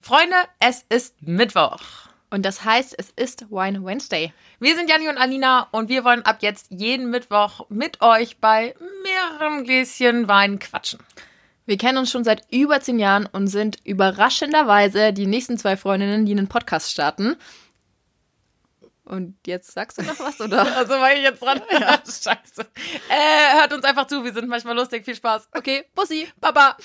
Freunde, es ist Mittwoch. Und das heißt, es ist Wine Wednesday. Wir sind Janni und Alina und wir wollen ab jetzt jeden Mittwoch mit euch bei mehreren Gläschen Wein quatschen. Wir kennen uns schon seit über zehn Jahren und sind überraschenderweise die nächsten zwei Freundinnen, die einen Podcast starten. Und jetzt sagst du noch was, oder? Also war ich jetzt dran. Ja, scheiße. Äh, hört uns einfach zu, wir sind manchmal lustig. Viel Spaß. Okay, Bussi. Baba.